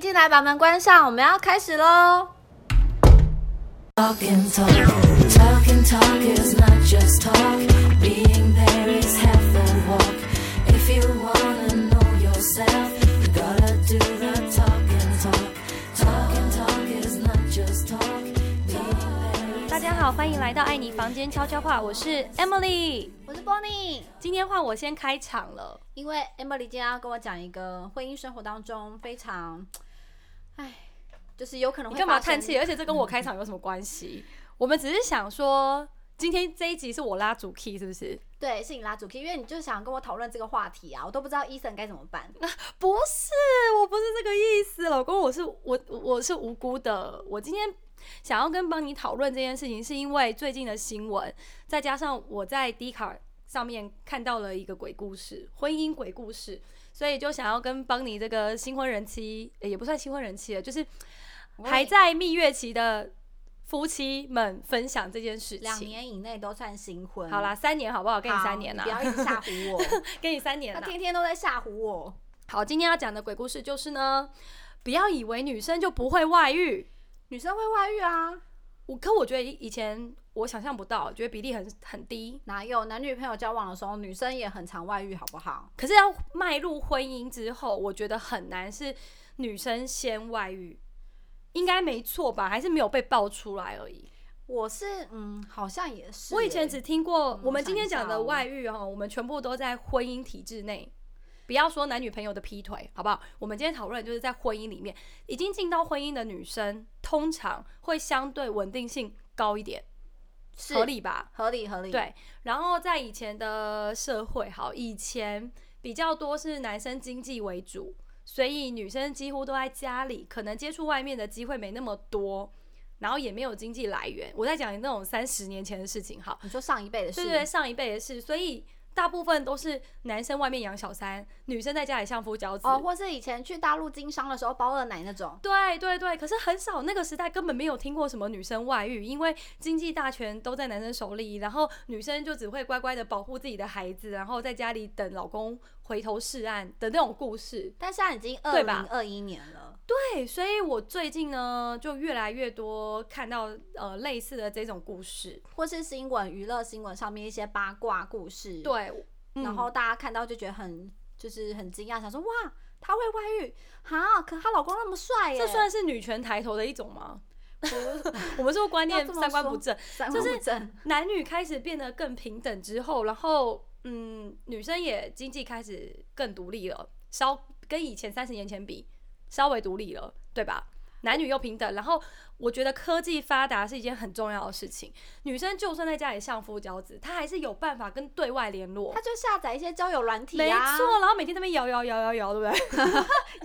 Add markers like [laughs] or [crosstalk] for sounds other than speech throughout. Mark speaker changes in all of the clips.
Speaker 1: 进来，把门关上，我们要开始喽。
Speaker 2: Talking, talk, talking, talk is not just talk. Being there is half the walk. If you wanna know yourself, you gotta do the talking, talk. Talking, talk is not just talk. Being there is
Speaker 3: 大家好，欢迎来到爱你房间悄悄话，我是 Emily。
Speaker 1: 我是 Bonnie，
Speaker 3: 今天换我先开场了，
Speaker 1: 因为 Emily 今天要跟我讲一个婚姻生活当中非常，唉，就是有可能
Speaker 3: 你
Speaker 1: 会
Speaker 3: 干嘛
Speaker 1: 发生
Speaker 3: 叹气？？而且这跟我开场有什么关系？我们只是想说，今天这一集是我拉主 key 是不是？
Speaker 1: 对，是你拉主题，因为你就想跟我讨论这个话题啊，我都不知道医生该怎么
Speaker 3: [laughs]
Speaker 1: 办。
Speaker 3: 不是，我不是这个意思，老公，我是我我是无辜的。我今天想要跟帮你讨论这件事情，是因为最近的新闻，再加上我在 d 卡上面看到了一个鬼故事，婚姻鬼故事，所以就想要跟帮你这个新婚人妻，呃也不算新婚人妻了，就是
Speaker 1: 喂
Speaker 3: 还在蜜月期的夫妻们分享这件事
Speaker 1: 两
Speaker 3: 情。
Speaker 1: 年以内都算新婚。
Speaker 3: 好啦，，三年好不好？给你三年
Speaker 1: 你
Speaker 3: 啦
Speaker 1: 不，要一直吓
Speaker 3: [laughs]
Speaker 1: 唬我，
Speaker 3: 给你三年
Speaker 1: 他
Speaker 3: 啦。
Speaker 1: 天天都在吓唬我。
Speaker 3: 好，今天要讲的鬼故事就是呢，不要以为女生就不会外遇。
Speaker 1: 女生会外遇啊？
Speaker 3: 我可我觉得以前我想象不到，觉得比例很很低。
Speaker 1: 哪有男女朋友交往的时候，女生也很常外遇，好不好？
Speaker 3: 可是要迈入婚姻之后，我觉得很难是女生先外遇，应该没错吧？还是没有被爆出来而已。
Speaker 1: 我是嗯，好像也是欸。
Speaker 3: 我以前只听过
Speaker 1: 嗯
Speaker 3: 我们今天
Speaker 1: 我想一
Speaker 3: 讲
Speaker 1: 下
Speaker 3: 的
Speaker 1: 哦
Speaker 3: 外遇哈，我们全部都在婚姻体制内。不要说男女朋友的劈腿，好不好？我们今天讨论就是在婚姻里面，已经进到婚姻的女生，通常会相对稳定性高一点，
Speaker 1: 是
Speaker 3: 合理吧？
Speaker 1: 合理合理。
Speaker 3: 对，然后在以前的社会，好，以前比较多是男生经济为主，所以女生几乎都在家里，可能接触外面的机会没那么多，然后也没有经济来源。我在讲那种三十年前的事情，好，
Speaker 1: 你说上一辈的事，
Speaker 3: 对对，上一辈也是，所以大部分都是男生外面养小三，女生在家里相夫教子。
Speaker 1: 哦，或是以前去大陆经商的时候包二奶那种，
Speaker 3: 对对对，可是很少那个时代根本没有听过什么女生外遇，因为经济大权都在男生手里，然后女生就只会乖乖的保护自己的孩子，然后在家里等老公回头是岸的那种故事。
Speaker 1: 但现在已经二
Speaker 3: 对
Speaker 1: 零
Speaker 3: 吧
Speaker 1: 二一年了，
Speaker 3: 对，所以我最近呢就越来越多看到呃类似的这种故事。
Speaker 1: 或是新闻、娱乐新闻上面一些八卦故事，，
Speaker 3: 对，嗯
Speaker 1: 然后大家看到就觉得很就是很惊讶，想说哇，他会外遇哈，可她老公那么帅耶，
Speaker 3: 这算是女权抬头的一种吗？ [laughs] 我们是不是观
Speaker 1: 要
Speaker 3: 念
Speaker 1: 这么
Speaker 3: 三观
Speaker 1: 说
Speaker 3: 不正？
Speaker 1: [laughs] 三观不正，
Speaker 3: 男女开始变得更平等之后，然后嗯，女生也经济开始更独立了，稍跟以前三十年前比稍微独立了，对吧？男女又平等，然后我觉得科技发达是一件很重要的事情。女生就算在家里相夫教子，她还是有办法跟对外联络
Speaker 1: 他。就下载一些交友软体
Speaker 3: 没
Speaker 1: 啊，
Speaker 3: 错，然后每天在那边摇摇摇摇摇，对不对？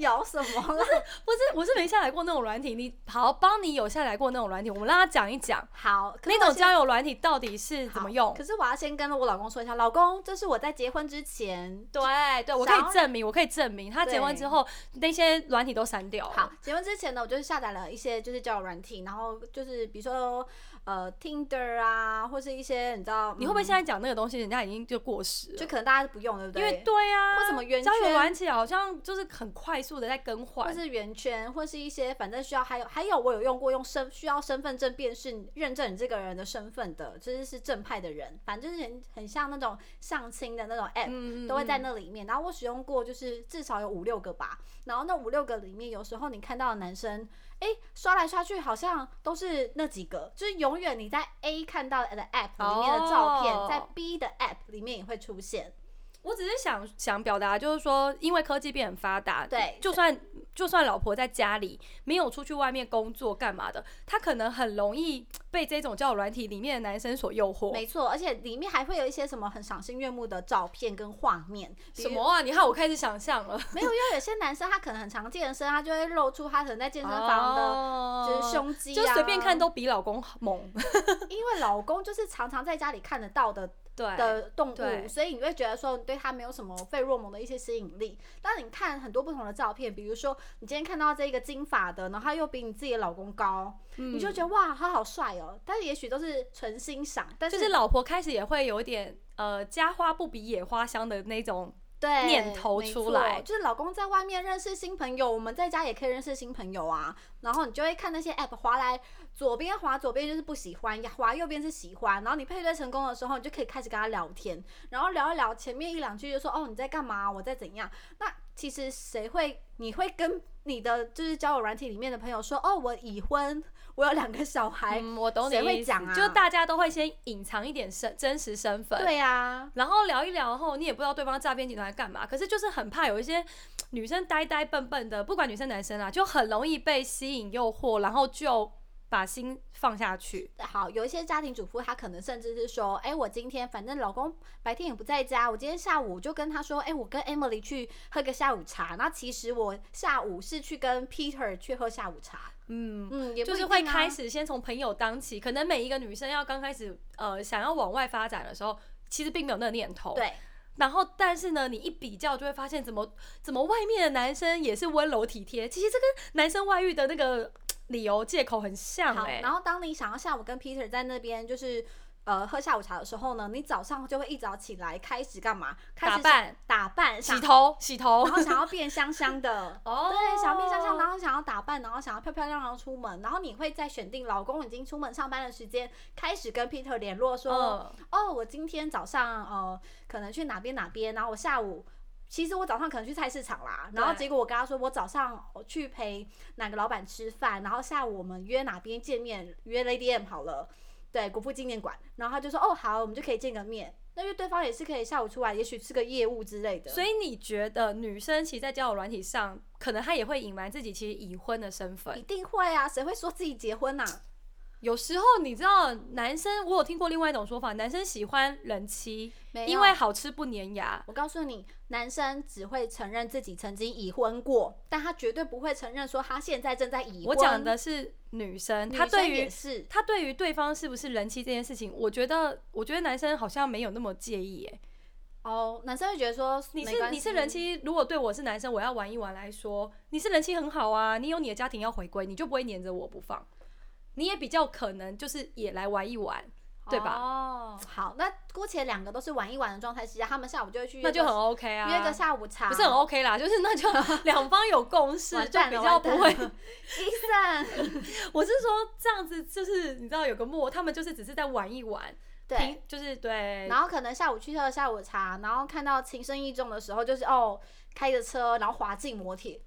Speaker 1: 有什么啦？
Speaker 3: 不是，我是没下载过那种软体。你好，帮你有下载过那种软体，我们让他讲一讲
Speaker 1: 好，可是
Speaker 3: 那
Speaker 1: 我
Speaker 3: 种
Speaker 1: 先
Speaker 3: 交友软体到底是怎么
Speaker 1: 好
Speaker 3: 用
Speaker 1: 可。是我要先跟我老公说一下，老公，这是我在结婚之前。
Speaker 3: 对对，我可
Speaker 1: 想
Speaker 3: 以
Speaker 1: 要
Speaker 3: 证明，我可以证明，他结婚之后那些软体都删掉了。
Speaker 1: 好，结婚之前呢，我就是下载了一些就是交友软体，然后就是比如说呃 Tinder 啊，或是一些你知道，
Speaker 3: 你会不会
Speaker 1: 嗯
Speaker 3: 现在讲那个东西，人家已经就过时
Speaker 1: 就
Speaker 3: 了？
Speaker 1: 可能大家不用，对不对？
Speaker 3: 因为对啊，
Speaker 1: 或什么圆
Speaker 3: 交友
Speaker 1: 圈
Speaker 3: 软体好像就是很快速的在更
Speaker 1: 或
Speaker 3: 换。
Speaker 1: 是圆圈，或是一些反正需要，还有还有我有用过用身需要身份证辨识认证你这个人的身份的，就是是正派的人，反正就是很很像那种相亲的那种 app，、
Speaker 3: 嗯
Speaker 1: 都会在那里面。然后我使用过，就是至少有五六个吧。然后那五六个里面，有时候你看到的男生，哎，刷来刷去好像都是那几个，就是永远你在 A 看到的 app 里面的照片，
Speaker 3: 哦
Speaker 1: 在 B 的 app 里面也会出现。
Speaker 3: 我只是想想表达，就是说，因为科技变很发达，
Speaker 1: 对
Speaker 3: 就算就算老婆在家里没有出去外面工作干嘛的，她可能很容易被这种交友软体里面的男生所诱惑。
Speaker 1: 没错，而且里面还会有一些什么很赏心悦目的照片跟画面，比
Speaker 3: 什
Speaker 1: 如
Speaker 3: 么啊？你看我开始想象了，
Speaker 1: 没有，因为有些男生他可能很常健身，他就会露出他可能在健身房的。
Speaker 3: 哦
Speaker 1: 就是胸肌、啊，
Speaker 3: 就随便看，都比老公
Speaker 1: [laughs]
Speaker 3: 猛。
Speaker 1: 因为老公就是常常在家里看得到的
Speaker 3: 对
Speaker 1: [laughs] 的动物，
Speaker 3: 对
Speaker 1: 所以你会觉得说你对它没有什么费洛蒙的一些吸引力。当你看很多不同的照片，比如说你今天看到这个金发的，然后他又比你自己的老公高，你
Speaker 3: 嗯
Speaker 1: 就觉得哇，他好帅哦。但是也许都是纯欣赏，但
Speaker 3: 就是是老婆开始也会有点呃，家花不比野花香的那种
Speaker 1: 对
Speaker 3: 念头
Speaker 1: 没
Speaker 3: 出
Speaker 1: 错
Speaker 3: 来
Speaker 1: 就是老公在外面认识新朋友，我们在家也可以认识新朋友啊。然后你就会看那些 app 划来，左边划左边就是不喜欢，划右边是喜欢。然后你配对成功的时候，你就可以开始跟他聊天，然后聊一聊，前面一两句就说哦你在干嘛，我在怎样。那其实谁会，你会跟你的就是交友软体里面的朋友说哦我已婚，我有两个小孩，
Speaker 3: 嗯，我懂你
Speaker 1: 哎谁
Speaker 3: 的
Speaker 1: 会
Speaker 3: 意思
Speaker 1: 讲啊
Speaker 3: 就大家都会先隐藏一点身真实身份，
Speaker 1: 对啊，
Speaker 3: 然后聊一聊后，你也不知道对方诈骗集团在干嘛，可是就是很怕有一些女生呆呆笨笨的，不管女生男生啦，啊就很容易被吸引诱惑，然后就把心放下去。
Speaker 1: 好，有一些家庭主妇，她可能甚至是说，哎、我今天反正老公白天也不在家，我今天下午就跟他说，哎、我跟 Emily 去喝个下午茶。那其实我下午是去跟 Peter 去喝下午茶，
Speaker 3: 嗯，
Speaker 1: 嗯，也不、
Speaker 3: 就是会开。始先从朋友当起，可能每一个女生要刚开始呃想要往外发展的时候，其实并没有那个念头。。
Speaker 1: 对，
Speaker 3: 然后，但是呢，你一比较就会发现，怎么怎么外面的男生也是温柔体贴，其实这跟男生外遇的那个嗯理由借口很像
Speaker 1: 好。
Speaker 3: 哎、
Speaker 1: 然后当你想要下午跟 Peter 在那边就是呃喝下午茶的时候呢，你早上就会一早起来开始干嘛？开
Speaker 3: 打
Speaker 1: 始
Speaker 3: 扮、
Speaker 1: 打扮、
Speaker 3: 洗
Speaker 1: 想，
Speaker 3: 头、洗头，。
Speaker 1: 然后想要变香香的
Speaker 3: 哦
Speaker 1: 对，想要变香香，然后想要打扮，然后想要漂漂亮亮出门，然后你会在选定老公已经出门上班的时间，开始跟 Peter 联络说，
Speaker 3: 嗯，
Speaker 1: 哦，我今天早上呃可能去哪边哪边，然后我下午。其实我早上可能去菜市场啦，然后
Speaker 3: 对
Speaker 1: 结果我跟他说我早上呃去陪哪个老板吃饭，然后下午我们约哪边见面，约 Lady M 好了，对国父纪念馆，然后他就说哦好，我们就可以见个面，那因为对方也是可以下午出来，也许吃个业务之类的，
Speaker 3: 所以你觉得女生其实，在交友软体上，可能她也会隐瞒自己其实已婚的身
Speaker 1: 一
Speaker 3: 份。
Speaker 1: 定会啊，谁会说自己结婚呐、啊？
Speaker 3: 有时候你知道，男生我有听过另外一种说法，男生喜欢人妻，
Speaker 1: 没有
Speaker 3: 因为好吃不粘牙。
Speaker 1: 我告诉你，男生只会承认自己曾经已婚过，但他绝对不会承认说他现在正在已婚。
Speaker 3: 我讲的是女生，
Speaker 1: 女
Speaker 3: 她对
Speaker 1: 生也
Speaker 3: 于
Speaker 1: 是，
Speaker 3: 她对于对方是不是人妻这件事情，我觉得我觉得男生好像没有那么介意哎、
Speaker 1: 哦，男生会觉得说
Speaker 3: 你
Speaker 1: 没
Speaker 3: 是
Speaker 1: 关
Speaker 3: 你
Speaker 1: 系
Speaker 3: 是人妻，如果对我是男生，我要玩一玩来说，你是人妻很好啊，你有你的家庭要回归，你就不会黏着我不放，你也比较可能就是也来玩一玩，对吧
Speaker 1: 哦，好，那姑且两个都是玩一玩的状态之下，他们下午就会去约
Speaker 3: 那就
Speaker 1: 个
Speaker 3: 很 OK 啊。
Speaker 1: 约个下午茶，
Speaker 3: 不是很 OK 啦，就是那就 [laughs] 两方有共识，
Speaker 1: 完
Speaker 3: 就
Speaker 1: 蛋
Speaker 3: 比
Speaker 1: 了
Speaker 3: 较
Speaker 1: 完
Speaker 3: 不
Speaker 1: 蛋
Speaker 3: 会。
Speaker 1: 了 [laughs] 医生，
Speaker 3: [laughs] 我是说这样子，就是你知道有个默，他们就是只是在玩一玩，
Speaker 1: 对
Speaker 3: 平。就是对，
Speaker 1: 然后可能下午去喝下午茶，然后看到情深意重的时候，就是哦，开着车然后滑进摩铁，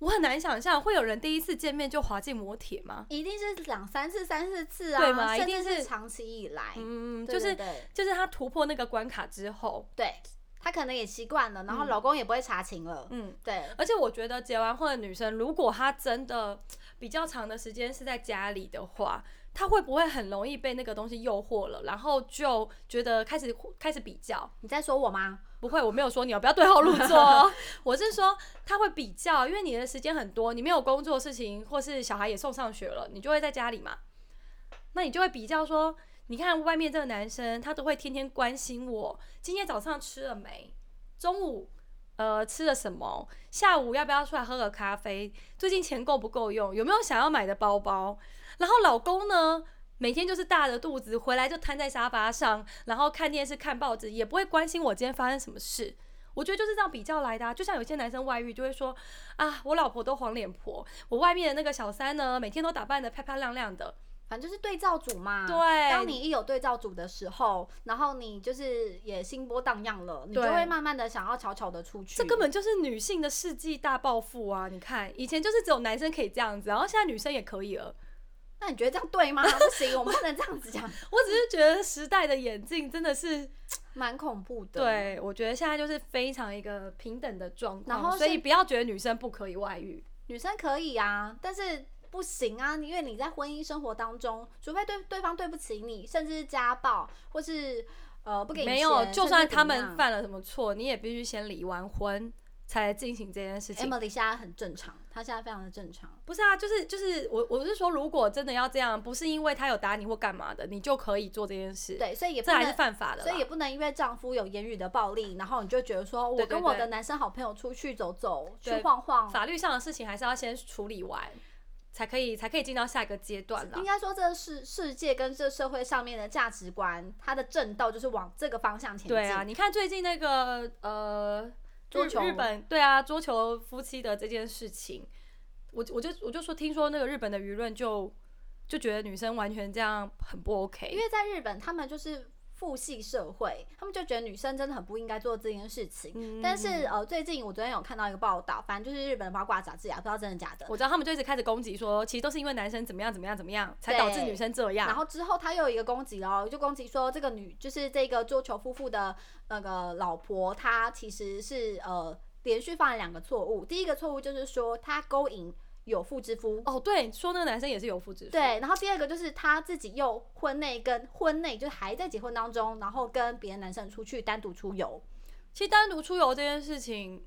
Speaker 3: 我很难想象会有人第一次见面就滑进摩铁吗？
Speaker 1: 一定是两三次、三四次啊，
Speaker 3: 对嘛
Speaker 1: 甚
Speaker 3: 一定
Speaker 1: 至
Speaker 3: 是
Speaker 1: 是长期以来，
Speaker 3: 嗯，
Speaker 1: 对
Speaker 3: 就是
Speaker 1: 对对
Speaker 3: 就是他突破那个关卡之后，
Speaker 1: 对，她可能也习惯了，然后
Speaker 3: 嗯
Speaker 1: 老公也不会查情了。
Speaker 3: 嗯，
Speaker 1: 对，
Speaker 3: 而且我觉得结完婚的女生，如果她真的比较长的时间是在家里的话，她会不会很容易被那个东西诱惑了，然后就觉得开始开始比较？
Speaker 1: 你在说我吗？
Speaker 3: 不会，我没有说你要不要对号入座哦，我是说她会比较，因为你的时间很多，你没有工作事情，或是小孩也送上学了，你就会在家里嘛，那你就会比较说，你看外面这个男生，他都会天天关心我，今天早上吃了没，中午呃吃了什么，下午要不要出来喝个咖啡，最近钱够不够用，有没有想要买的包包，然后老公呢？每天就是大着肚子回来就瘫在沙发上，然后看电视、看报纸，也不会关心我今天发生什么事。我觉得就是这样比较来的、啊，就像有些男生外遇就会说啊，我老婆都黄脸婆，我外面的那个小三呢，每天都打扮的漂漂亮亮的，
Speaker 1: 反正就是对照组嘛。
Speaker 3: 对
Speaker 1: 当你一有对照组的时候，然后你就是也心波荡漾了，你就
Speaker 3: 对
Speaker 1: 会慢慢的想要悄悄的出去。
Speaker 3: 这根本就是女性的世纪大报复啊！你看，以前就是只有男生可以这样子，然后现在女生也可以了。
Speaker 1: 那你觉得这样
Speaker 3: [laughs]
Speaker 1: 对吗？不行，我们不能这样子讲，
Speaker 3: 我只是觉得时代的演进真的是，
Speaker 1: 蛮恐怖的。。
Speaker 3: 对我觉得现在就是非常一个平等的状况，
Speaker 1: 然后
Speaker 3: 所以
Speaker 1: 现
Speaker 3: 不要觉得女生不可以外遇。
Speaker 1: 女生可以啊，但是不行啊，因为你在婚姻生活当中，除非对对方对不起你，甚至是家暴，或是呃不给你
Speaker 3: 没有，
Speaker 1: 钱
Speaker 3: 就算他
Speaker 1: 甚至
Speaker 3: 们
Speaker 1: 怎么样
Speaker 3: 犯了什么错，你也必须先离完婚才进行这件事情。
Speaker 1: Emily 现在很正常，她现在非常的正常。
Speaker 3: 不是啊，就是就是我我是说，如果真的要这样，不是因为他有打你或干嘛的，你就可以做这件事，，
Speaker 1: 对，所以也不
Speaker 3: 这还是
Speaker 1: 能，
Speaker 3: 犯法的啦。
Speaker 1: 所以也不能因为丈夫有言语的暴力，然后你就觉得说
Speaker 3: 对
Speaker 1: 我
Speaker 3: 对
Speaker 1: 跟我
Speaker 3: 对
Speaker 1: 的男生好朋友出去走走，
Speaker 3: 对
Speaker 1: 去晃晃，
Speaker 3: 法律上的事情还是要先处理完。才可以才可以进到下一个阶段啦
Speaker 1: 应。该说，这世世界跟这社会上面的价值观，它的正道就是往这个方向前进。
Speaker 3: 对啊，，你看最近那个呃，
Speaker 1: 桌
Speaker 3: 日
Speaker 1: 球
Speaker 3: 日本对啊，桌球夫妻的这件事情，我我就我就说，听说那个日本的舆论就就觉得女生完全这样很不 OK，
Speaker 1: 因为在日本，他们就是父系社会，他们就觉得女生真的很不应该做这件事情。
Speaker 3: 嗯
Speaker 1: 但是呃，最近我昨天有看到一个报道，反正就是日本的八卦杂志啊，不知道真的假的。
Speaker 3: 我知道他们就一直开始攻击说，其实都是因为男生怎么样怎么样怎么样，才导致
Speaker 1: 对
Speaker 3: 女生这样。
Speaker 1: 然后之后他又有一个攻击哦，就攻击说这个女就是这个桌球夫妇的那个老婆，她其实是呃连续犯了两个错误。第一个错误就是说她勾引有妇之夫，
Speaker 3: 哦，对，说那个男生也是有妇之夫。
Speaker 1: 对，然后第二个就是她自己又婚内跟婚内就是还在结婚当中，然后跟别的男生出去单独出游。
Speaker 3: 其实单独出游这件事情，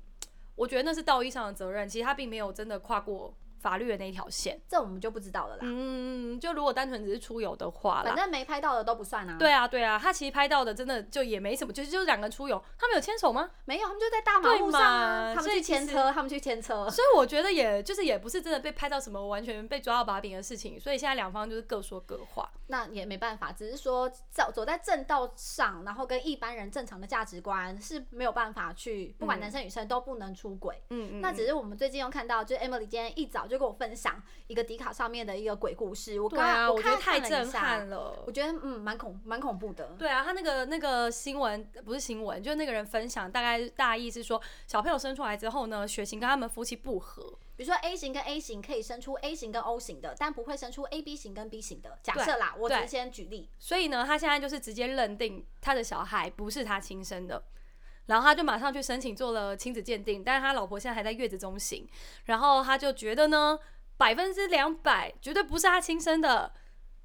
Speaker 3: 我觉得那是道义上的责任，其实他并没有真的跨过法律的那一条线。
Speaker 1: 这我们就不知道了啦，
Speaker 3: 嗯，就如果单纯只是出游的话
Speaker 1: 反
Speaker 3: 啦。
Speaker 1: 正没拍到的都不算啊。，
Speaker 3: 对啊，对啊，他其实拍到的真的就也没什么，就是就是两个人出游，他们有牵手吗？ [laughs]
Speaker 1: 没有，他们就在大马路上
Speaker 3: 对嘛
Speaker 1: 啊，他们
Speaker 3: 所以
Speaker 1: 去
Speaker 3: 其
Speaker 1: 牵
Speaker 3: 实
Speaker 1: 车，他们去牵车。
Speaker 3: 所以我觉得也就是也不是真的被拍到什么完全被抓到把柄的事情，所以现在两方就是各说各话。
Speaker 1: 那也没办法，只是说走走在正道上，然后跟一般人正常的价值观是没有办法去，不管男生女生都不能出轨。
Speaker 3: 嗯嗯嗯，
Speaker 1: 那只是我们最近又看到，就是 Emily 今天一早就跟我分享一个迪卡上面的一个鬼故事，我
Speaker 3: 对
Speaker 1: 刚、
Speaker 3: 啊，
Speaker 1: 我
Speaker 3: 觉得太
Speaker 1: 看看了一
Speaker 3: 震
Speaker 1: 下
Speaker 3: 撼，了
Speaker 1: 我。觉得嗯蛮恐蛮恐怖的。
Speaker 3: 对啊，他那个那个新闻不是新闻，就是那个人分享，大概大意是说，小朋友生出来之后呢，血型跟他们夫妻不合，
Speaker 1: 比如说 A 型跟 A 型可以生出 A 型跟 O 型的，但不会生出 A B 型跟 B 型的。假设啦，我只
Speaker 3: 对
Speaker 1: 是先举例，
Speaker 3: 所以呢，他现在就是直接认定他的小孩不是他亲生的，然后他就马上去申请做了亲子鉴定，但是他老婆现在还在月子中心，然后他就觉得呢，百分之两百绝对不是他亲生的。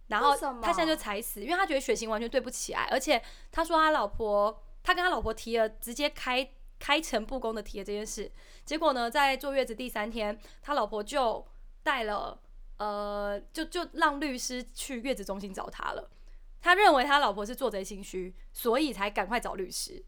Speaker 3: 然后
Speaker 1: 为什么
Speaker 3: 他现在就踩死，因为他觉得血型完全对不起来，而且他说他老婆，他跟他老婆提了直接开开诚布公的提了这件事，结果呢，在坐月子第三天，他老婆就带了呃，就就让律师去月子中心找他了。他认为他老婆是做贼心虚，所以才赶快找律师。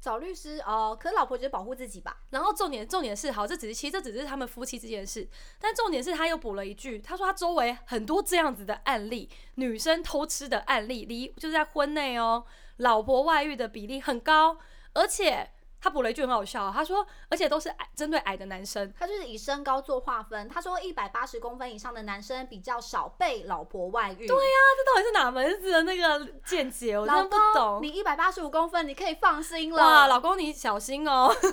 Speaker 1: 找律师哦、可是老婆就是保护自己吧。
Speaker 3: 然后重点重点是，好，这只是其实这只是他们夫妻之间的事，但重点是他又补了一句，他说他周围很多这样子的案例，女生偷吃的案例，离就是在婚内哦，老婆外遇的比例很高，而且他补了一句很好笑，他说，而且都是矮针对矮的男生，
Speaker 1: 他就是以身高做划分。他说一百八十公分以上的男生比较少被老婆外遇。对呀、
Speaker 3: 这到底是哪门子的那个见解？啊我真的
Speaker 1: 老
Speaker 3: 不
Speaker 1: 公，
Speaker 3: 懂
Speaker 1: 你。一百八十五公分，你可以放心
Speaker 3: 哇，
Speaker 1: 了。
Speaker 3: 老公你小心哦！这 [laughs]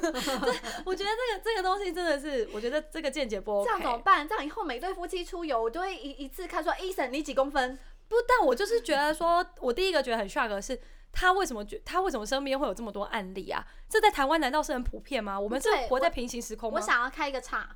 Speaker 3: 我觉得这个这个东西真的是，我觉得这个见解不 OK。
Speaker 1: 这样怎么办？这样以后每对夫妻出游，我都会一一次看说，Eason 你几公分？
Speaker 3: 不，但我就是觉得说，我第一个觉得很 shock 的是，他为什么觉他为什么身边会有这么多案例啊？这在台湾难道是很普遍吗？我们是
Speaker 1: 对
Speaker 3: 活在
Speaker 1: 我
Speaker 3: 平行时空吗？
Speaker 1: 我想要开一个叉。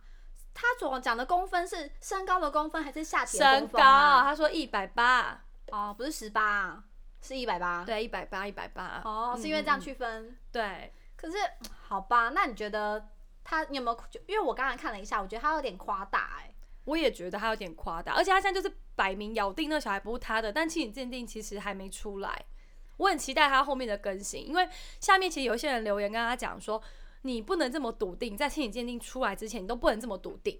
Speaker 1: 他所讲的公分是身高的公分还是下体的
Speaker 3: 身
Speaker 1: 公
Speaker 3: 高，
Speaker 1: 分啊？
Speaker 3: 他说一百八，
Speaker 1: 哦，不是十八、啊，是一百八。
Speaker 3: 对，一嗯百八，一百八，
Speaker 1: 哦，是因为这样区分。
Speaker 3: 对，
Speaker 1: 可是嗯好吧，那你觉得他你有没有？就因为我刚才看了一下，我觉得他有点夸大哎、
Speaker 3: 我也觉得他有点夸大，而且他现在就是摆明咬定那小孩不是他的，但亲子鉴定其实还没出来。我很期待他后面的更新，因为下面其实有一些人留言跟他讲说，你不能这么笃定，在亲子鉴定出来之前，你都不能这么笃定，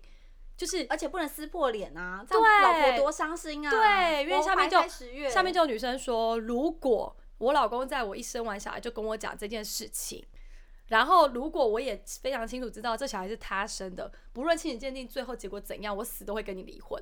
Speaker 3: 就是
Speaker 1: 而且不能撕破脸啊，这样
Speaker 3: 对
Speaker 1: 老婆多伤心啊。
Speaker 3: 对因为
Speaker 1: 我
Speaker 3: 下面
Speaker 1: 怀
Speaker 3: 就
Speaker 1: 胎十月，
Speaker 3: 下面就有女生说，如果我老公在我一生完小孩就跟我讲这件事情，然后如果我也非常清楚知道这小孩是他生的，不论亲子鉴定最后结果怎样，我死都会跟你离婚。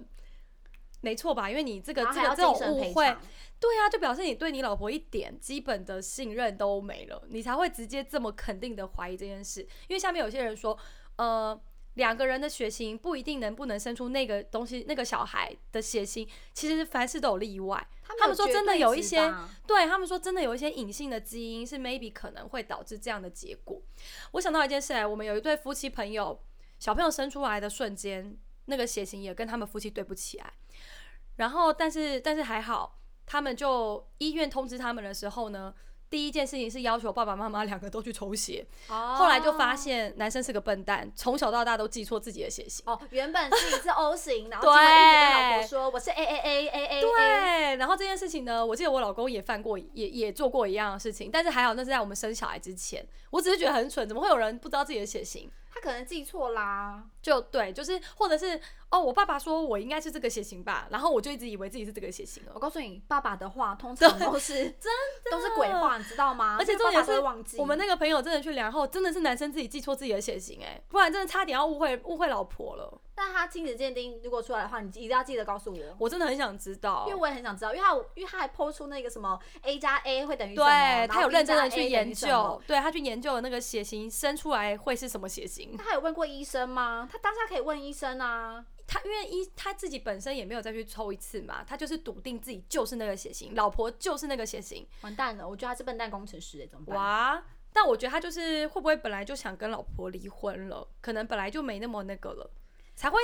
Speaker 3: 没错吧？因为你这个
Speaker 1: 然后
Speaker 3: 这
Speaker 1: 还
Speaker 3: 个
Speaker 1: 要
Speaker 3: 这种
Speaker 1: 精神
Speaker 3: 误
Speaker 1: 赔
Speaker 3: 会
Speaker 1: 偿，，
Speaker 3: 对啊，就表示你对你老婆一点基本的信任都没了，你才会直接这么肯定的怀疑这件事。因为下面有些人说，呃，两个人的血型不一定能不能生出那个东西，那个小孩的血型，其实凡事都有例外。
Speaker 1: 他
Speaker 3: 他们说
Speaker 1: 绝
Speaker 3: 真的
Speaker 1: 对
Speaker 3: 有一
Speaker 1: 值
Speaker 3: 些
Speaker 1: 吧
Speaker 3: 对他们说，真的有一些隐性的基因是 maybe 可能会导致这样的结果。我想到一件事，哎，我们有一对夫妻朋友，小朋友生出来的瞬间，那个血型也跟他们夫妻对不起来。然后，但是但是还好，他们就医院通知他们的时候呢，第一件事情是要求爸爸妈妈两个都去抽血。
Speaker 1: 哦
Speaker 3: 后来就发现男生是个笨蛋，从小到大都记错自己的血型。
Speaker 1: 哦，原本自己是 O 型，然后
Speaker 3: 对
Speaker 1: 结果一直跟老婆说我是 A A A A A，A，
Speaker 3: 对，然后这件事情呢，我记得我老公也犯过，也也做过一样的事情，但是还好那是在我们生小孩之前。我只是觉得很蠢，怎么会有人不知道自己的血型？
Speaker 1: 他可能记错啦。
Speaker 3: 就对，就是或者是哦，我爸爸说我应该是这个血型吧，然后我就一直以为自己是这个血型
Speaker 1: 我
Speaker 3: 哦。
Speaker 1: 告诉你，爸爸的话通常
Speaker 3: [laughs]
Speaker 1: 都是真
Speaker 3: 的
Speaker 1: 都是鬼话，你知道吗？
Speaker 3: 而且
Speaker 1: 因啊为爸
Speaker 3: 重点
Speaker 1: 爸都会
Speaker 3: 是
Speaker 1: 忘记
Speaker 3: 我们那个朋友真的去量后，真的是男生自己记错自己的血型哎、不然真的差点要误会误会老婆了。
Speaker 1: 那他亲子鉴定如果出来的话，你一定要记得告诉我。
Speaker 3: 我真的很想知道，
Speaker 1: 因为我也很想知道，因为他因为他还抛出那个什么 A 加 A 会等于什么，
Speaker 3: 对
Speaker 1: 然后
Speaker 3: 他有
Speaker 1: B
Speaker 3: 认真
Speaker 1: 加
Speaker 3: 的
Speaker 1: A 等
Speaker 3: 去
Speaker 1: 于
Speaker 3: 研
Speaker 1: 什么
Speaker 3: 究，。对他去研究了那个血型生出来会是什么血型
Speaker 1: 那。他有问过医生吗？他当下可以问医生啊。
Speaker 3: 他因为一他自己本身也没有再去抽一次嘛，他就是笃定自己就是那个血型，老婆就是那个血型。
Speaker 1: 完蛋了，我觉得他是笨蛋工程师哎，怎么办？
Speaker 3: 哇！但我觉得他就是会不会本来就想跟老婆离婚了，可能本来就没那么那个了，才会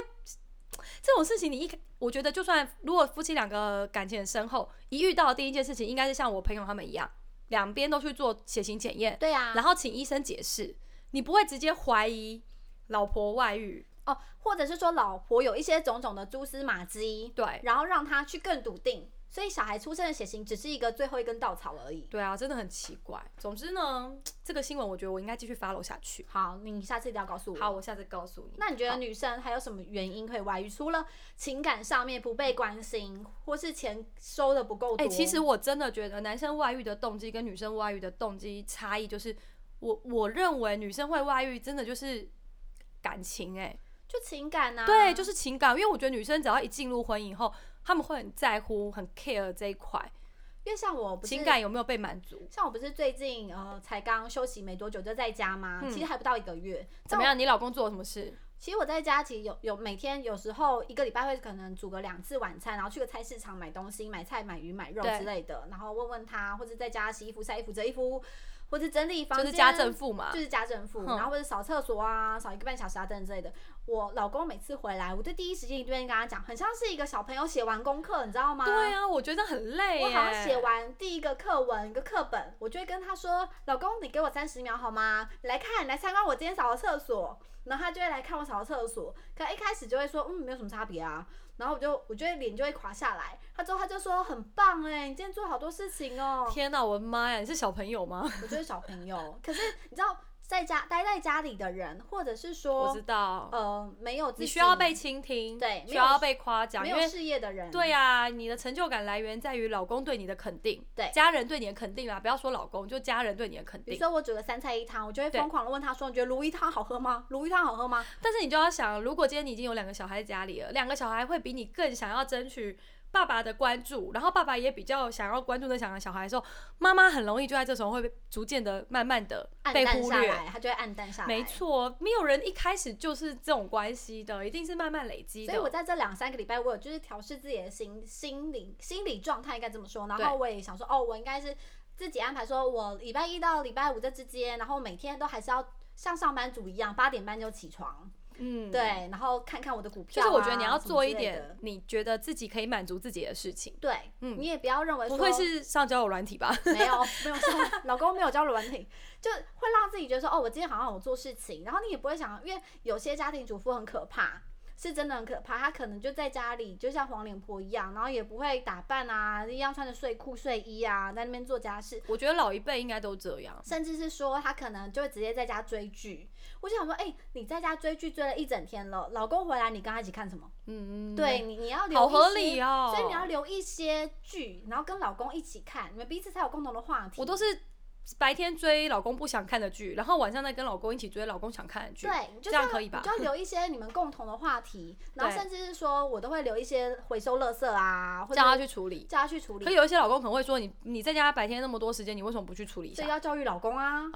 Speaker 3: 这种事情。你一开我觉得就算如果夫妻两个感情很深厚，一遇到第一件事情应该是像我朋友他们一样，两边都去做血型检验，
Speaker 1: 对啊呀、
Speaker 3: 然后请医生解释，你不会直接怀疑老婆外遇，
Speaker 1: 哦，或者是说老婆有一些种种的蛛丝马迹，
Speaker 3: 对
Speaker 1: 然后让他去更笃定。所以小孩出生的血型只是一个最后一根稻草而已。
Speaker 3: 对啊，真的很奇怪。总之呢，这个新闻我觉得我应该继续 follow 下去。
Speaker 1: 好，你下次一定要告诉我。
Speaker 3: 好，，我下次告诉你。
Speaker 1: 那你觉得
Speaker 3: 好
Speaker 1: 女生还有什么原因可以外遇？除了情感上面不被关心，或是钱收的不够多？
Speaker 3: 哎、其实我真的觉得男生外遇的动机跟女生外遇的动机差异，就是我我认为女生会外遇真的就是感情、
Speaker 1: 就情感啊，
Speaker 3: 哎、对，就是情感，因为我觉得女生只要一进入婚姻后，他们会很在乎、很 care 这一块
Speaker 1: 因为像我不是
Speaker 3: 情感有没有被满足，
Speaker 1: 像我不是最近呃才刚休息没多久就在家吗？
Speaker 3: 嗯
Speaker 1: 其实还不到一个月。
Speaker 3: 怎么样？你老公做了什么事？
Speaker 1: 其实我在家其实有有每天有时候一个礼拜会可能煮个两次晚餐，然后去个菜市场买东西，买菜、买鱼、买肉
Speaker 3: 对
Speaker 1: 之类的，然后问问他，或者在家洗衣服、晒衣服、折衣服，或者整理房
Speaker 3: 就
Speaker 1: 间，
Speaker 3: 是家政嗯妇嘛
Speaker 1: 就。是家政妇，
Speaker 3: 哼
Speaker 1: 然后或者扫厕所啊，扫一个半小时啊等等之类的。我老公每次回来，我就第一时间一定会跟他讲，很像是一个小朋友写完功课，你知道吗？
Speaker 3: 对啊，我觉得很累、耶。欸
Speaker 1: 我好像写完第一个课文一个课本，我就会跟他说：“老公，你给我三十秒好吗？来看，来参观我今天扫的厕所。”然后他就会来看我扫的厕所，可一开始就会说：“嗯，没有什么差别啊。”然后我就我就会脸就会垮下来。他之后他就说：“很棒哎、你今天做好多事情哦、
Speaker 3: 天哪、我的妈呀！你是小朋友吗？
Speaker 1: 我就是小朋友，可是你知道，在家待在家里的人，或者是
Speaker 3: 我
Speaker 1: 说
Speaker 3: 知道，
Speaker 1: 呃没有自
Speaker 3: 你
Speaker 1: 己
Speaker 3: 需要被倾听，
Speaker 1: 对
Speaker 3: 需
Speaker 1: 没有
Speaker 3: 要被夸奖，
Speaker 1: 没
Speaker 3: 因
Speaker 1: 有
Speaker 3: 为
Speaker 1: 事业的人，
Speaker 3: 对呀、啊你的成就感来源在于老公对你的肯定，
Speaker 1: 对
Speaker 3: 家人对你的肯定啊啦，不要说老公，就家人对你的肯
Speaker 1: 比如
Speaker 3: 定。
Speaker 1: 说我煮个三菜一汤，我就会
Speaker 3: 对
Speaker 1: 疯狂的问他说：“你觉得鲈鱼汤好喝吗？鲈鱼汤好喝吗？”
Speaker 3: 但是你就要想，如果今天你已经有两个小孩在家里了，两个小孩会比你更想要争取爸爸的关注，然后爸爸也比较想要关注那两个小孩的时候，妈妈很容易就在这时候会被逐渐的、慢慢的
Speaker 1: 暗
Speaker 3: 被
Speaker 1: 淡
Speaker 3: 忽
Speaker 1: 下
Speaker 3: 略。
Speaker 1: 来，它就会暗淡下来。
Speaker 3: 没。错，没有人一开始就是这种关系的，一定是慢慢累积的。
Speaker 1: 所以我在这两三个礼拜，我有就是调试自己的心心理心理状态，应该这么说。然后
Speaker 3: 对
Speaker 1: 我也想说，哦，我应该是自己安排，说我礼拜一到礼拜五这之间，然后每天都还是要像上班族一样，八点半就起床，
Speaker 3: 嗯，
Speaker 1: 对，，然后看看我的股
Speaker 3: 就
Speaker 1: 票啊、
Speaker 3: 是我觉得你要
Speaker 1: 什么
Speaker 3: 做一
Speaker 1: 之类
Speaker 3: 点
Speaker 1: 的，
Speaker 3: 你觉得自己可以满足自己的事情，
Speaker 1: 对，
Speaker 3: 嗯
Speaker 1: 你也不要认为
Speaker 3: 不
Speaker 1: 呃说
Speaker 3: 会是上交友软体吧？ [laughs]
Speaker 1: 没有没有说老公没有交流软体，就会让自己觉得说哦，我今天好像有做事情，然后你也不会想，因为有些家庭主妇很可怕。是真的很可怕，她可能就在家里，就像黄脸婆一样，然后也不会打扮啊，一样穿着睡裤、睡衣啊，在那边做家事，
Speaker 3: 我觉得老一辈应该都这样。
Speaker 1: 甚至是说她可能就会直接在家追剧。我就想说，哎、你在家追剧追了一整天了，老公回来你跟他一起看什么？
Speaker 3: 嗯，
Speaker 1: 对，你，你要留
Speaker 3: 好
Speaker 1: 一
Speaker 3: 合
Speaker 1: 些
Speaker 3: 理哦
Speaker 1: 所以你要留一些剧，然后跟老公一起看，你们彼此才有共同的话题。
Speaker 3: 我都是白天追老公不想看的剧，然后晚上再跟老公一起追老公想看的剧。
Speaker 1: 对，你就
Speaker 3: 这样
Speaker 1: 是要
Speaker 3: 可以吧
Speaker 1: 你就要留一些你们共同的话
Speaker 3: [laughs]
Speaker 1: 题，然后
Speaker 3: 对
Speaker 1: 甚至是说我都会留一些回收垃圾啊，或者
Speaker 3: 叫他去处理。
Speaker 1: 叫他去处
Speaker 3: 可
Speaker 1: 理，
Speaker 3: 有一些老公可能会说你，你在家白天那么多时间，你为什么不去处理一
Speaker 1: 所以
Speaker 3: 下？
Speaker 1: 要教育老公啊。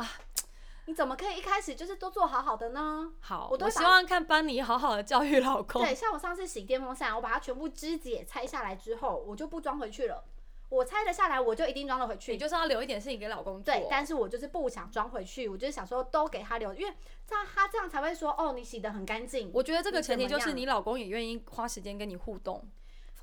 Speaker 1: 你怎么可以一开始就是都做好好的呢？
Speaker 3: 好，
Speaker 1: 我
Speaker 3: 我
Speaker 1: 都会把
Speaker 3: 希望看班尼好好的教育老公。
Speaker 1: 对，像我上次洗电风扇，我把它全部肢解拆下来之后，我就不装回去了。我拆了下来，我就一定装了回
Speaker 3: 你
Speaker 1: 去。
Speaker 3: 就是要留一点事情给老公做。
Speaker 1: 对，但是我就是不想装回去，我就是想说都给他留，因为这样他这样才会说哦，你洗的很干净。
Speaker 3: 我觉得这个前提就
Speaker 1: 你怎
Speaker 3: 是
Speaker 1: 么样
Speaker 3: 你老公也愿意花时间跟你互动。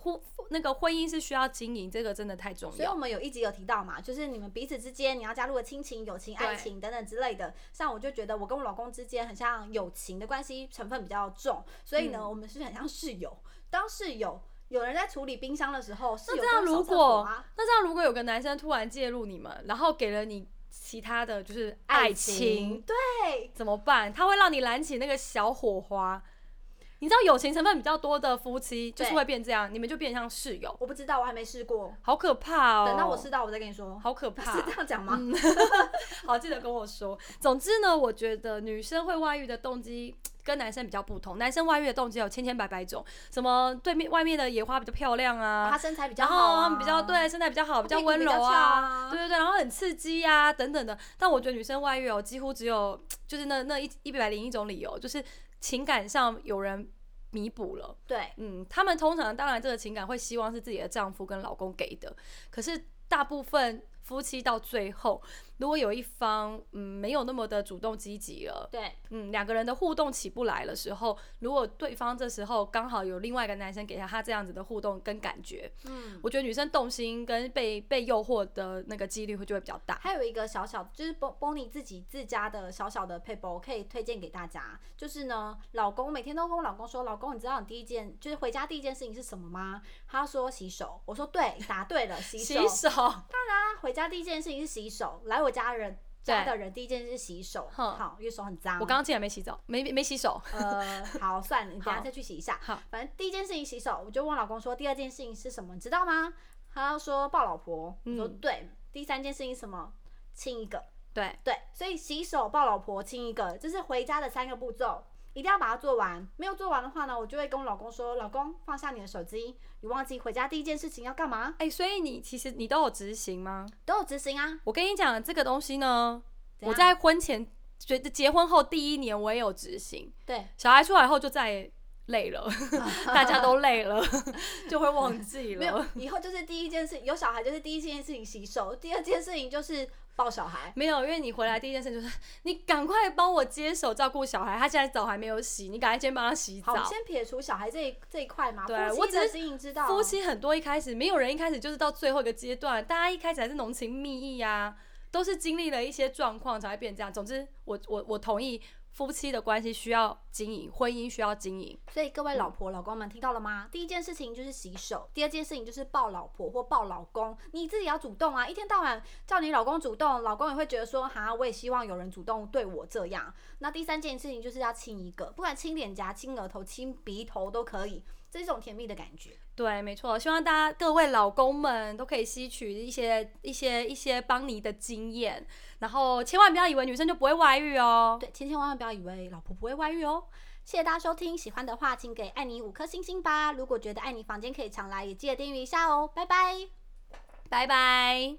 Speaker 3: 互那个婚姻是需要经营，这个真的太重
Speaker 1: 所以我
Speaker 3: 要。
Speaker 1: 们有一集有提到嘛，就是你们彼此之间你要加入的亲情、友情、
Speaker 3: 对
Speaker 1: 爱情等等之类的。像我就觉得我跟我老公之间很像友情的关系成分比较重，所以呢，
Speaker 3: 嗯
Speaker 1: 我们是很像室友。当室友有人在处理冰箱的时候，室
Speaker 3: 那
Speaker 1: 友
Speaker 3: 这样
Speaker 1: 都会
Speaker 3: 如
Speaker 1: 扫厕所
Speaker 3: 果
Speaker 1: 啊，
Speaker 3: 那这样如果有个男生突然介入你们，然后给了你其他的就是爱情
Speaker 1: 对，
Speaker 3: 怎么办？它会让你燃起那个小火花，你知道友情成分比较多的夫妻就是
Speaker 1: 对
Speaker 3: 会变这样，你们就变像室友，
Speaker 1: 我不知道，我还没试过。
Speaker 3: 好可怕哦！
Speaker 1: 等到我试到，我再跟你说。
Speaker 3: 好可怕，
Speaker 1: [laughs] 是这样讲吗？
Speaker 3: 嗯，好，记得跟我说。总之呢，我觉得女生会外遇的动机跟男生比较不同，男生外遇的动机有千千百百种，什么对面外面的野花比较漂亮啊，
Speaker 1: 他身材比较
Speaker 3: 然
Speaker 1: 好、
Speaker 3: 后
Speaker 1: 啊，
Speaker 3: 他们比较对身材比较好，比较
Speaker 1: 哦屁股
Speaker 3: 温
Speaker 1: 比
Speaker 3: 柔
Speaker 1: 较翘
Speaker 3: 啊，
Speaker 1: 啊
Speaker 3: 对对对，然后很刺激啊，等等的。但我觉得女生外遇哦，几乎只有就是那那一一百零一种理由，就是情感上有人弥补了。
Speaker 1: 对，
Speaker 3: 嗯，他们通常当然这个情感会希望是自己的丈夫跟老公给的，可是大部分夫妻到最后，如果有一方嗯没有那么的主动积极了，
Speaker 1: 对，
Speaker 3: 嗯两个人的互动起不来的时候，如果对方这时候刚好有另外一个男生给他他这样子的互动跟感觉，
Speaker 1: 嗯。
Speaker 3: 我觉得女生动心跟被被诱惑的那个几率会就会比较大。
Speaker 1: 还有一个小小，就是 Bon- Bonnie 自己自家的小小的 paper 可以推荐给大家，就是呢，老公每天都跟我老公说，老公，你知道你第一件就是回家第一件事情是什么吗？他说洗手，我说对，答对了，洗
Speaker 3: [laughs]
Speaker 1: 手。啊
Speaker 3: 洗手，
Speaker 1: 他回家第一件事情是洗手，来我家人
Speaker 3: 对
Speaker 1: 家的人第一件事是洗手，
Speaker 3: 哼
Speaker 1: 好，因为手很脏。
Speaker 3: 我刚刚竟然没洗澡，没没洗手， [laughs]
Speaker 1: 呃，好，算了，你等
Speaker 3: 好
Speaker 1: 下再去洗一下。
Speaker 3: 好，
Speaker 1: 反正第一件事情洗手，我就问老公说，第二件事情是什么，你知道吗？他说抱老婆，我说
Speaker 3: 嗯
Speaker 1: 对。第三件事情是什么？亲一个，
Speaker 3: 对，
Speaker 1: 对，所以洗手、抱老婆、亲一个，这是回家的三个步骤，一定要把它做完。没有做完的话呢，我就会跟我老公说，老公放下你的手机，你忘记回家第一件事情要干嘛？
Speaker 3: 哎、所以你其实你都有执行吗？
Speaker 1: 都有执行啊。
Speaker 3: 我跟你讲，这个东西呢，
Speaker 1: 怎
Speaker 3: 我
Speaker 1: 样
Speaker 3: 在婚前觉得结婚后第一年我也有执行，
Speaker 1: 对，
Speaker 3: 小孩出来后就再也累
Speaker 1: [laughs]
Speaker 3: 了，大家都累了，就会忘记
Speaker 1: [laughs] 没有
Speaker 3: 了。，
Speaker 1: 以后就是第一件事，有小孩就是第一件事情洗手，第二件事情就是抱小孩。
Speaker 3: 没有，因为你回来第一件事就是你赶快帮我接手照顾小孩，他现在澡还没有洗，你赶快先帮他洗
Speaker 1: 好，我
Speaker 3: 澡
Speaker 1: 们。先撇除小孩这一这一块嘛，
Speaker 3: 对
Speaker 1: 夫
Speaker 3: 我
Speaker 1: 妻
Speaker 3: 只
Speaker 1: 的
Speaker 3: 是
Speaker 1: 经营之道，
Speaker 3: 夫妻很多一开始没有人一开始就是到最后一个阶段，大家一开始还是浓情蜜意啊，都是经历了一些状况才会变这样。总之，我我我同意夫妻的关系需要经营，婚姻需要经营。
Speaker 1: 所以各位老婆、老公们听到了吗？第一件事情就是洗手，第二件事情就是抱老婆或抱老公，你自己要主动啊！一天到晚叫你老公主动，老公也会觉得说哈，我也希望有人主动对我这样。那第三件事情就是要亲一个，不管亲脸颊、亲额头、亲鼻头都可以，这是一种甜蜜的感觉。
Speaker 3: 对，没错，希望大家各位老公们都可以吸取一些一些一些帮你的经验，然后千万不要以为女生就不会外遇哦。
Speaker 1: 对，千千万万不要以为老婆不会外遇哦。谢谢大家收听，喜欢的话请给爱你五颗星星吧。如果觉得爱你房间可以常来，也记得订阅一下哦。拜拜。
Speaker 3: 拜拜。